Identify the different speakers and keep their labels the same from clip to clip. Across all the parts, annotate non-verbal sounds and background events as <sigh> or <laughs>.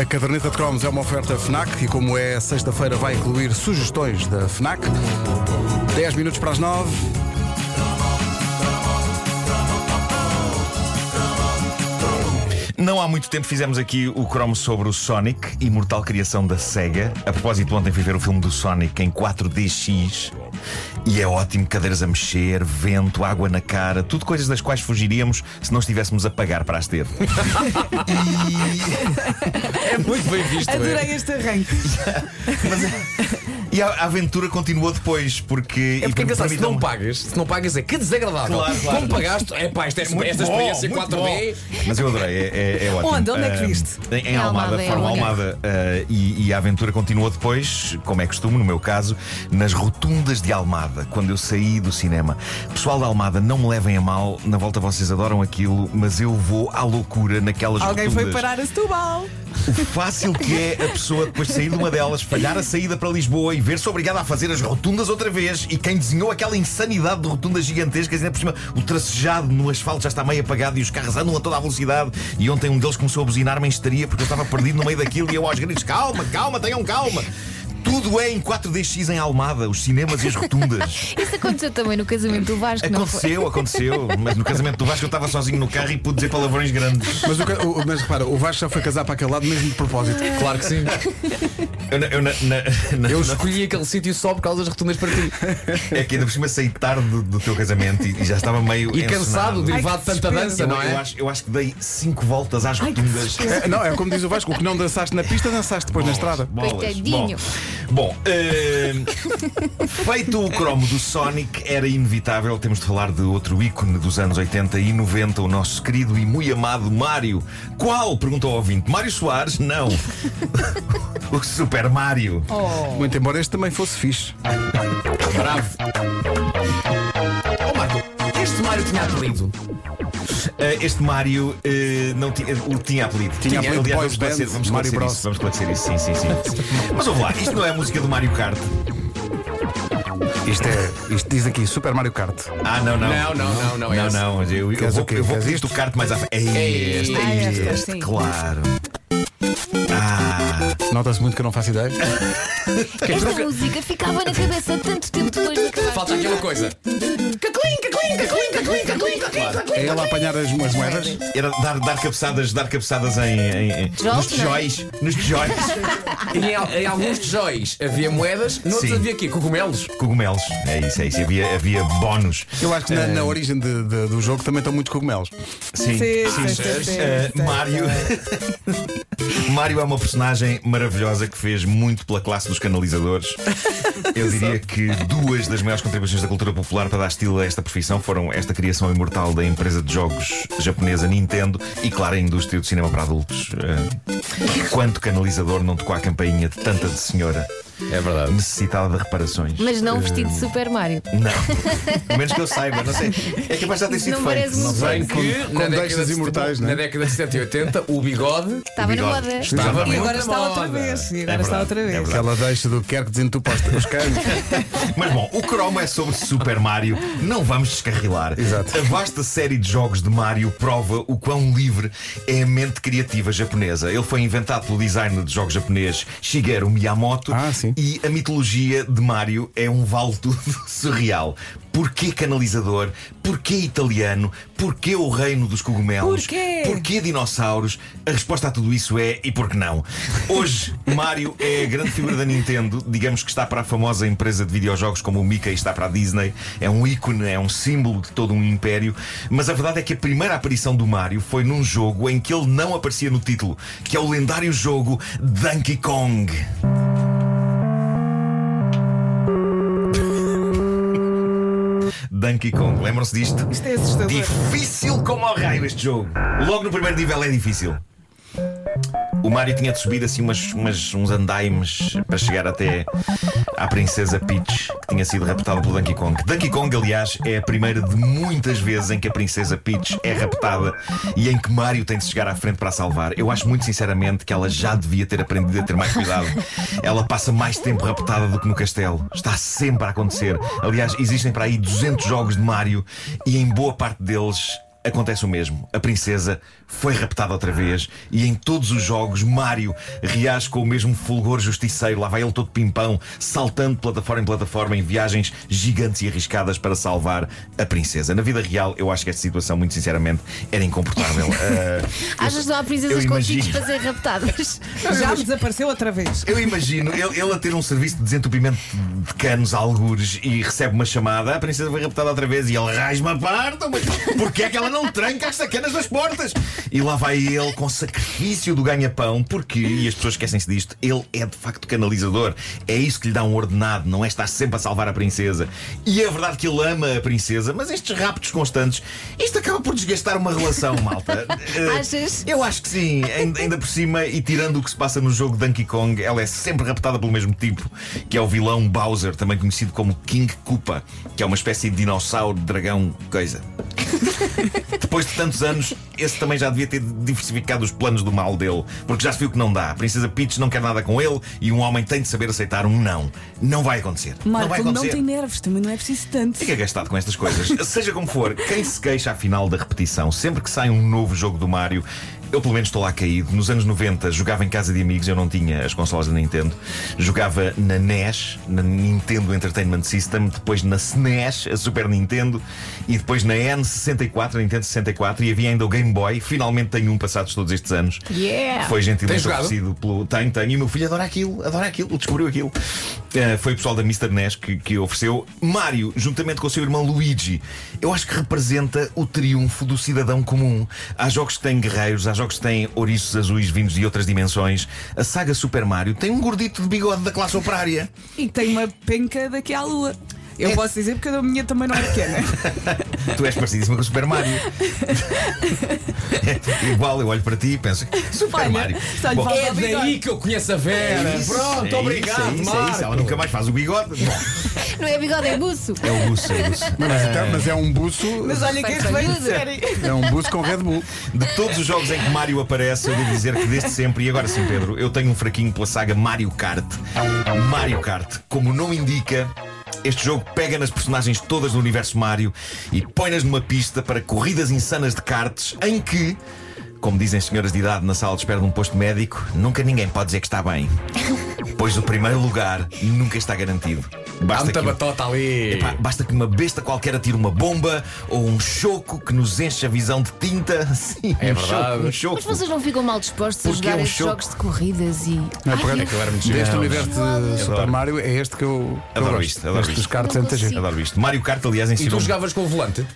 Speaker 1: A caderneta de cromos é uma oferta FNAC e como é sexta-feira vai incluir sugestões da FNAC. 10 minutos para as 9.
Speaker 2: Não há muito tempo fizemos aqui o cromo sobre o Sonic, imortal criação da SEGA. A propósito, ontem fui ver o filme do Sonic em 4DX. E é ótimo, cadeiras a mexer, vento, água na cara, tudo coisas das quais fugiríamos se não estivéssemos a pagar para as ter.
Speaker 3: É muito bem visto.
Speaker 4: Adorei este arranque.
Speaker 2: E a a aventura continuou depois, porque.
Speaker 3: É porque
Speaker 2: e
Speaker 3: é engraçado, se não
Speaker 2: permitam-me-
Speaker 3: pagas, se não pagas é que desagradável.
Speaker 2: Claro, claro.
Speaker 3: Como pagaste, é pá, isto é
Speaker 2: muito
Speaker 3: esta
Speaker 2: bom,
Speaker 3: experiência
Speaker 2: muito
Speaker 3: 4D.
Speaker 2: Mas eu adorei, é, é, é ótimo.
Speaker 4: Onde? Onde é que
Speaker 2: Ah,
Speaker 4: viste?
Speaker 2: Em, em
Speaker 5: Em
Speaker 2: Almada,
Speaker 5: Almada,
Speaker 2: de
Speaker 5: é
Speaker 2: forma
Speaker 5: Almada.
Speaker 2: Almada. ah, e, e a aventura continuou depois, como é costume, no meu caso, nas rotundas de Almada, quando eu saí do cinema. Pessoal da Almada, não me levem a mal, na volta vocês adoram aquilo, mas eu vou à loucura naquelas
Speaker 4: Alguém
Speaker 2: rotundas.
Speaker 4: foi parar a Setúbal.
Speaker 2: O fácil que é a pessoa depois de sair de uma delas, falhar a saída para Lisboa e ver-se obrigada a fazer as rotundas outra vez. E quem desenhou aquela insanidade de rotundas gigantescas, ainda por cima, o tracejado no asfalto já está meio apagado e os carros andam a toda a velocidade. E ontem um deles começou a buzinar-me em estaria porque eu estava perdido no meio daquilo e eu aos gritos: calma, calma, tenham calma. Tudo é em 4DX em Almada, os cinemas e as rotundas.
Speaker 5: <laughs> Isso aconteceu também no casamento do Vasco, não foi?
Speaker 2: Aconteceu, aconteceu, mas no casamento do Vasco eu estava sozinho no carro e pude dizer palavrões grandes.
Speaker 1: Mas, o ca- o- mas repara, o Vasco já foi casar para aquele lado mesmo de propósito.
Speaker 3: Claro que sim.
Speaker 2: Eu, na- eu na- na- na-
Speaker 3: Eu
Speaker 2: na-
Speaker 3: escolhi aquele sítio só por causa das rotundas para ti.
Speaker 2: É que ainda por cima saí tarde do, do teu casamento e, e já estava meio.
Speaker 3: E
Speaker 2: encenado.
Speaker 3: cansado, derivado de
Speaker 4: Ai, que
Speaker 3: tanta dança,
Speaker 2: Eu,
Speaker 3: não
Speaker 2: eu
Speaker 3: é?
Speaker 2: acho, eu acho que dei cinco voltas às rotundas.
Speaker 1: É, não, é como diz o Vasco, o que não dançaste na pista, dançaste depois na estrada.
Speaker 2: Bolas,
Speaker 5: Coitadinho.
Speaker 2: Bom, bom, ehm, feito o cromo do Sonic, era inevitável. Temos de falar de outro ícone dos anos 80 e 90, o nosso querido e muito amado Mário. Qual? Perguntou ao ouvinte. Mário Soares? Não. <laughs> o Super Mário.
Speaker 1: Muito embora este também fosse fixe.
Speaker 3: Bravo. Ó Marco, este Mário tinha apelido.
Speaker 2: Uh, este Mário uh, não ti- uh, tinha apelido.
Speaker 1: Tinha apelido Boys
Speaker 2: aliás, vamos esclarecer,
Speaker 1: Band,
Speaker 2: vamos
Speaker 1: Mário
Speaker 2: esclarecer
Speaker 1: Bros.
Speaker 2: isso. Vamos esclarecer isso, sim,
Speaker 1: <laughs>
Speaker 2: sim, sim. Mas ouve lá, isto não é a música do Mario Kart.
Speaker 1: Isto é, isto diz aqui, Super Mario Kart.
Speaker 2: Ah, não, não.
Speaker 3: Não, não, não, não é
Speaker 2: Não,
Speaker 3: essa.
Speaker 2: não, eu, eu
Speaker 1: Queres
Speaker 2: vou,
Speaker 1: o quê?
Speaker 2: eu vou
Speaker 1: Queres
Speaker 2: pedir do kart mais à frente. É
Speaker 3: É
Speaker 2: este,
Speaker 4: esta,
Speaker 2: é
Speaker 4: esta,
Speaker 2: este,
Speaker 4: sim.
Speaker 2: claro. Ah,
Speaker 1: Nota-se muito que eu não faço ideia.
Speaker 5: Esta música ficava na cabeça tanto tempo depois de acabar.
Speaker 3: Falta aquela coisa.
Speaker 1: É ela a apanhar as, as moedas.
Speaker 2: era dar, dar cabeçadas, dar cabeçadas em, em- em-
Speaker 5: Tijolos,
Speaker 2: nos
Speaker 5: não é?
Speaker 2: tijóis, nos tijóis,
Speaker 3: E em, al- em alguns tijóis havia moedas, noutros
Speaker 2: Sim.
Speaker 3: havia aqui cogumelos.
Speaker 2: cogumelos. É isso, é isso. Havia, havia bónus.
Speaker 1: Eu acho que na, na origem de- de- do jogo também estão muitos cogumelos.
Speaker 2: Sim,
Speaker 4: Sim, sim, sim,
Speaker 2: Eh,
Speaker 4: sim.
Speaker 2: Mário. <laughs> Mário é uma personagem maravilhosa que fez muito pela classe dos canalizadores. Eu diria que duas das maiores contribuições da cultura popular para dar estilo a esta profissão foram esta criação imortal da empresa de jogos japonesa Nintendo e, claro, a indústria do cinema para adultos. Eh, Quanto canalizador não tocou a campainha de tanta de senhora
Speaker 3: É verdade.
Speaker 2: necessitada de reparações?
Speaker 5: Mas não vestido de Super Mario.
Speaker 2: Não, pelo menos que eu saiba, não sei. É capaz de já ter sido
Speaker 5: Não
Speaker 2: feito.
Speaker 5: parece muito
Speaker 3: Bem que
Speaker 1: com
Speaker 3: na, década
Speaker 1: deixas
Speaker 3: de
Speaker 1: imortais,
Speaker 3: 70,
Speaker 1: não é?
Speaker 3: na década de 70 e 80 o bigode
Speaker 5: Estava na
Speaker 2: Bigode.
Speaker 5: moda.
Speaker 2: Estava
Speaker 4: E
Speaker 2: mesmo.
Speaker 4: <laughs> agora está outra
Speaker 3: moda.
Speaker 4: vez. E
Speaker 2: É
Speaker 4: agora está
Speaker 2: verdade,
Speaker 4: outra
Speaker 2: é
Speaker 4: vez.
Speaker 2: verdade.
Speaker 1: Ela deixa do quer que desentupa os- os canos.
Speaker 2: Mas bom, o Chrome é sobre Super Mario, não vamos descarrilar.
Speaker 1: Exato.
Speaker 2: A vasta série de jogos de Mario prova o quão livre é a mente criativa japonesa. Ele foi inventado pelo designer de jogos japonês Shigeru Miyamoto
Speaker 1: Ah, sim.
Speaker 2: e a mitologia de Mario é um vale-tudo <laughs> surreal. Porquê canalizador? Porquê italiano? Porquê o reino dos cogumelos?
Speaker 4: Porquê?
Speaker 2: Porquê dinossauros? A resposta a tudo isso é e por que não? Hoje, Mario é a grande figura da Nintendo, digamos que está para a famosa empresa de videojogos como o Mickey está para a Disney, é um ícone, é um símbolo de todo um império, mas a verdade é que a primeira aparição do Mario foi num jogo em que ele não aparecia no título, que é o lendário jogo Donkey Kong. Donkey Kong, lembram-se disto?
Speaker 4: Isto é assustador.
Speaker 2: Difícil como ao raio este jogo. Logo no primeiro nível é difícil. O Mário tinha de subir assim umas, umas- uns andaimes para chegar até à Princesa Peach, que tinha sido raptada pelo Donkey Kong. Donkey Kong, aliás, é a primeira de muitas vezes em que a Princesa Peach é raptada e em que Mário tem de chegar à frente para a salvar. Eu acho muito sinceramente que ela já devia ter aprendido a ter mais cuidado. Ela passa mais tempo raptada do que no castelo. Está sempre a acontecer. Aliás, existem para aí 200 jogos de Mário e em boa parte deles Acontece o mesmo. A princesa foi raptada outra vez e em todos os jogos Mario reage com o mesmo fulgor justiceiro. Lá vai ele todo pimpão, saltando de plataforma em plataforma em viagens gigantes e arriscadas para salvar a princesa. Na vida real, eu acho que esta situação, muito sinceramente, era incomportável. Ah,
Speaker 5: Achas que não há princesas
Speaker 2: eu
Speaker 5: com filhos
Speaker 2: imagino.
Speaker 5: para serem
Speaker 2: <laughs>
Speaker 5: raptadas?
Speaker 4: Já desapareceu outra vez.
Speaker 2: Eu imagino ele, ele a ter um serviço de desentupimento de canos a algures e recebe uma chamada. A princesa foi raptada outra vez e ele rasma a parte. Mas porquê é que ela não tranca as sacanas das portas? E lá vai ele com sacrifício do ganha-pão, porque, e as pessoas esquecem-se disto, ele é de facto canalizador. É isso que lhe dá um ordenado, não é estar sempre a salvar a princesa. E é verdade que ele ama a princesa, mas estes raptos constantes, isto acaba por desgastar uma relação, malta. Eh,
Speaker 5: Achas?
Speaker 2: eu acho que sim, ainda ainda por cima, e tirando o que se passa no jogo Donkey Kong, ela é sempre raptada pelo mesmo tipo, que é o vilão Bowser, também conhecido como King Koopa, que é uma espécie de dinossauro, dragão, coisa. <laughs> Depois de tantos anos, esse também já devia ter diversificado os planos do mal dele, porque já se viu que não dá. A Princesa Peach não quer nada com ele e um homem tem de saber aceitar um não. Não vai acontecer. não vai
Speaker 4: Marco, não,
Speaker 2: acontecer.
Speaker 4: tem nervos, também não é preciso tanto.
Speaker 2: Fica gastado com estas coisas. Seja como for, quem se queixa afinal da repetição, sempre que sai um novo jogo do Mario, eu pelo menos estou lá caído. Nos anos 90 jogava em casa de amigos, eu não tinha as consolas da Nintendo. Jogava na NES, na Nintendo Entertainment System, depois na SNES, a Super Nintendo, e depois na N64, a Nintendo 64, e havia ainda o Game Boy. Finalmente tenho um passados todos estes anos.
Speaker 5: Yeah!
Speaker 2: Foi
Speaker 3: Tens
Speaker 2: gentilmente
Speaker 3: jogado?
Speaker 2: É oferecido pelo. Tenho, tenho. E o meu filho adora aquilo, adora aquilo, descobriu aquilo. Uh, foi o pessoal da Mr. NES que, que ofereceu. Mário, juntamente com o seu irmão Luigi, eu acho que representa o triunfo do cidadão comum. Há jogos que têm guerreiros, há jogos que têm ouriços azuis vindos de outras dimensões. A saga Super Mario tem um gordito de bigode da classe operária.
Speaker 4: E tem uma penca daqui à lua. Eu
Speaker 2: É.
Speaker 4: posso dizer porque a minha também não é <laughs> pequena.
Speaker 2: Tu és parecidíssima com o Super <laughs> Mario. É Igual, eu olho para ti e penso: Super
Speaker 4: Olha,
Speaker 2: Mario.
Speaker 4: só lhe
Speaker 2: Bom,
Speaker 4: falta
Speaker 3: É
Speaker 4: o bigode.
Speaker 3: daí que eu conheço a Vera.
Speaker 2: é isso, é
Speaker 3: Pronto,
Speaker 2: isso,
Speaker 3: obrigado,
Speaker 2: é isso, é isso.
Speaker 3: Marco.
Speaker 2: Ela nunca mais faz o bigode. Bom.
Speaker 5: Não é bigode, é buço.
Speaker 2: É o buço, é o buço.
Speaker 1: Mas, então, mas é um buço.
Speaker 4: Mas olha que este veio de série.
Speaker 1: É um buço com Red Bull.
Speaker 2: De todos os jogos em que Mario aparece, eu devo dizer que desde sempre, e agora sim, Pedro, eu tenho um fraquinho pela saga Mario Kart. Mario Kart, como o nome indica. Este jogo pega nas personagens todas do universo Mario e põe-nas numa pista para corridas insanas de karts em que, como dizem senhoras de idade na sala de espera de um posto médico, nunca ninguém pode dizer que está bem. Pois o primeiro lugar nunca está garantido.
Speaker 3: Há
Speaker 2: Basta
Speaker 3: muita
Speaker 2: que o-
Speaker 3: batota ali.
Speaker 2: Pá, basta que uma besta qualquer atire uma bomba ou um choco que nos enche a visão de tinta. <laughs> Sim,
Speaker 3: É
Speaker 2: um
Speaker 3: verdade.
Speaker 2: choco. Um
Speaker 5: Mas
Speaker 2: choco.
Speaker 5: vocês não ficam mal dispostos a
Speaker 2: Porque
Speaker 5: jogar
Speaker 2: é um
Speaker 5: estes
Speaker 2: jogo-
Speaker 5: jogos de corridas e.
Speaker 1: Não,
Speaker 5: Ai,
Speaker 1: por-
Speaker 2: é
Speaker 5: eu-
Speaker 1: Deste
Speaker 2: Não,
Speaker 1: universo de Super
Speaker 2: Adoro.
Speaker 1: Mario é este que eu. que eu
Speaker 2: Adoro
Speaker 1: gosto.
Speaker 2: isto, adoro
Speaker 1: Este dos
Speaker 2: isto.
Speaker 1: cartas é
Speaker 5: Não
Speaker 1: muita
Speaker 5: consigo.
Speaker 1: gente.
Speaker 2: Adoro isto. Mario Kart, aliás,
Speaker 3: E tu
Speaker 2: ensinou.
Speaker 3: jogavas com o volante?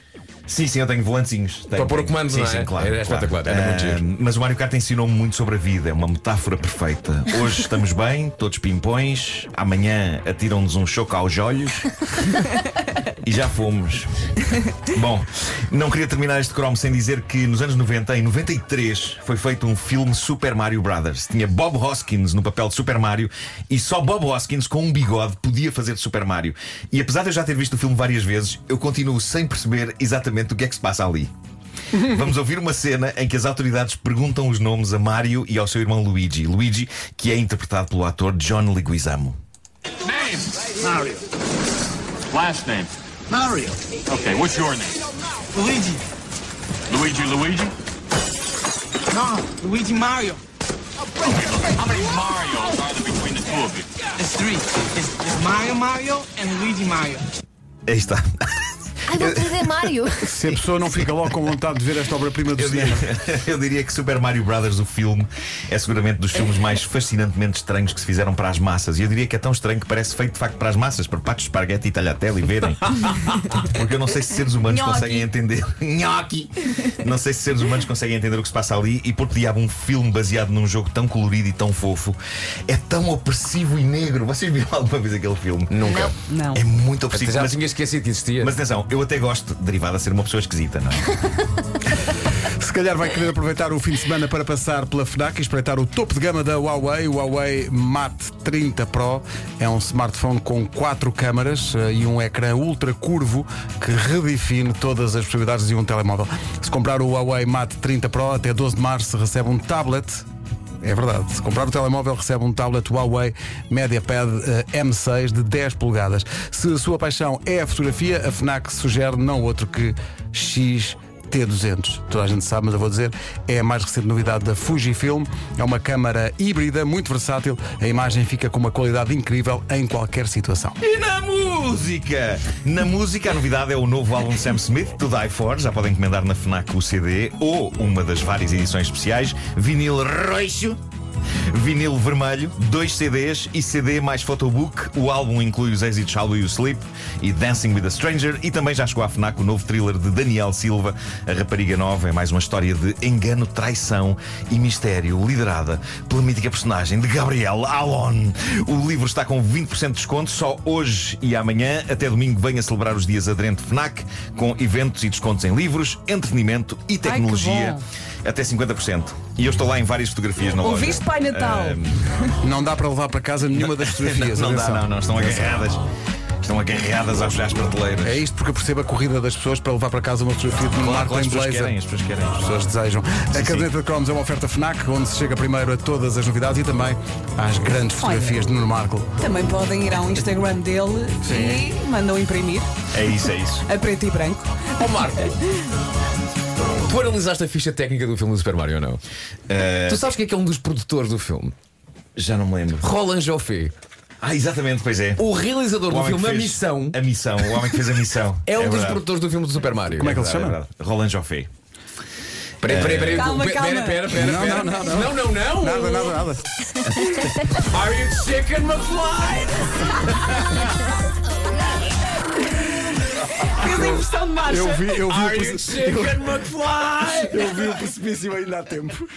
Speaker 2: Sim, sim, eu tenho volantinhos. Tenho,
Speaker 3: Para pôr o
Speaker 2: tenho.
Speaker 3: comando,
Speaker 2: sim,
Speaker 3: não é?
Speaker 2: sim, claro.
Speaker 3: Era espetacular,
Speaker 2: claro.
Speaker 3: era muito
Speaker 2: Ah,
Speaker 3: giro.
Speaker 2: Mas o Mario Kart ensinou-me muito sobre a vida. É uma metáfora perfeita.
Speaker 3: <laughs>
Speaker 2: Hoje estamos bem, todos pimpões. Amanhã atiram-nos um choco aos
Speaker 3: <laughs>
Speaker 2: olhos. E já fomos. Bom, não queria terminar este cromo sem dizer que nos anos 90, em 93, foi feito um filme Super Mario Brothers. Tinha Bob Hoskins no papel de Super Mario e só Bob Hoskins com um bigode podia fazer de Super Mario. E apesar de eu já ter visto o filme várias vezes, eu continuo sem perceber exatamente o que é que se passa ali. Vamos ouvir uma cena em que as autoridades perguntam os nomes a Mario e ao seu irmão Luigi. Luigi, que é interpretado pelo ator John Leguizamo.
Speaker 6: Name? Mario. Last name?
Speaker 7: Mario,
Speaker 6: Okay, what's your name?
Speaker 7: Luigi,
Speaker 6: Luigi Luigi?
Speaker 7: no, Luigi Mario.
Speaker 6: How many Marios are there between the two of you?
Speaker 7: It's three. It's, it's Mario Mario and Luigi Mario.
Speaker 2: Aí está.
Speaker 5: Ai,
Speaker 2: <laughs>
Speaker 5: vou trazer Mário.
Speaker 1: Se a pessoa não fica logo com vontade de ver esta obra-prima do
Speaker 2: Eu diria,
Speaker 1: cinema.
Speaker 2: eu diria <laughs> que Super Mario Brothers, o filme, é seguramente dos filmes mais fascinantemente estranhos que se fizeram para as massas. E eu diria que é tão estranho que parece feito de facto para as massas, para patos de esparguete e talhatela e verem. Porque eu não sei se seres humanos
Speaker 5: Nhoque.
Speaker 2: conseguem entender. Nhoque! Não sei se seres humanos conseguem entender o que se passa ali e porque diabo um filme baseado num jogo tão colorido e tão fofo é tão opressivo e negro. Vocês viram alguma vez aquele filme?
Speaker 3: Nunca.
Speaker 4: Não.
Speaker 2: É muito
Speaker 3: Até
Speaker 2: opressivo.
Speaker 3: já
Speaker 2: mas-
Speaker 3: tinha esquecido que existia.
Speaker 2: mas atenção, eu até gosto, derivado a ser uma pessoa esquisita, não é?
Speaker 1: Se calhar vai querer aproveitar o fim de semana para passar pela FNAC e espreitar o topo de gama da Huawei. O Huawei Mate 30 Pro é um smartphone com quatro câmaras eh, e um ecrã ultra curvo que redefine todas as possibilidades de um telemóvel. Se comprar o Huawei Mate 30 Pro até 12 de março recebe um tablet é verdade. Se comprar o telemóvel, recebe um tablet Huawei MediaPad eh, M6 de 10 polegadas. Se a sua paixão é a fotografia, a FNAC sugere não outro que XT200. Toda a gente sabe, mas eu vou dizer, é a mais recente novidade da Fujifilm. É uma câmara híbrida, muito versátil. A imagem fica com uma qualidade incrível em qualquer situação.
Speaker 2: E na música? Na música, a novidade é o novo álbum de Sam Smith, To Die For. Já podem encomendar na Fnac o CD ou uma das várias edições especiais. Vinil roxo. Vinil vermelho, dois CDs e CD mais photobook. O álbum inclui os êxitos How Do You Sleep e Dancing with a Stranger. E também já chegou à Fnac o novo thriller de Daniel Silva, A Rapariga Nova. É mais uma história de engano, traição e mistério, liderada pela mítica personagem de Gabriel Alon. O livro está com 20% de desconto só hoje e amanhã. Até domingo venha celebrar os dias aderente Fnac com eventos e descontos em livros, entretenimento e tecnologia. até 50%. E eu estou lá em várias fotografias na loja. Ah,
Speaker 4: Ouviste Pai Natal? Ehm.
Speaker 1: Não dá para levar para casa nenhuma das fotografias.
Speaker 2: <laughs> Não, não dá,
Speaker 1: atenção.
Speaker 2: não, não. Estão agarradas. Estão agarradas às às prateleiras.
Speaker 1: É isto porque eu percebo a corrida das pessoas para levar para casa uma fotografia de um
Speaker 2: Claro, claro, as
Speaker 1: Martin
Speaker 2: pessoas
Speaker 1: Blazer.
Speaker 2: querem, as pessoas querem.
Speaker 1: As pessoas desejam. a
Speaker 2: sim.
Speaker 1: caderneta de Cromos é uma oferta FNAC, onde se chega primeiro a todas as novidades e também às grandes fotografias de Nuno Marco.
Speaker 4: Também podem ir ao Instagram dele e mandam imprimir
Speaker 2: É isso, é isso.
Speaker 4: a preto e branco.
Speaker 3: Ó Marco, tu analisaste a ficha técnica do filme do Super Mario ou não? Tu sabes quem é que é um dos produtores do filme?
Speaker 2: Já não me lembro.
Speaker 3: Roland Joffé.
Speaker 2: Ah, exatamente, pois é.
Speaker 3: O realizador do
Speaker 2: homem que
Speaker 3: filme A
Speaker 2: fez
Speaker 3: Missão
Speaker 2: A missão, o homem que fez
Speaker 1: <laughs>
Speaker 2: a missão.
Speaker 3: é um dos
Speaker 2: verdade.
Speaker 3: produtores do filme do Super Mario.
Speaker 1: Como é que ele se
Speaker 2: É
Speaker 1: chama?
Speaker 2: verdade. Roland Joffé.
Speaker 3: Peraí, peraí, peraí.
Speaker 4: Calma,
Speaker 3: pera,
Speaker 4: calma.
Speaker 3: Pera, pera, pera,
Speaker 1: Não, não,
Speaker 3: pera. não. Não, não,
Speaker 1: Nada, nada, nada.
Speaker 3: Are you chicken McFly?
Speaker 4: Fez a impressão de marcha.
Speaker 1: Eu vi, eu vi, o
Speaker 3: Are you
Speaker 1: preci-
Speaker 3: chicken McFly?
Speaker 1: eu vi o precipício ainda há tempo.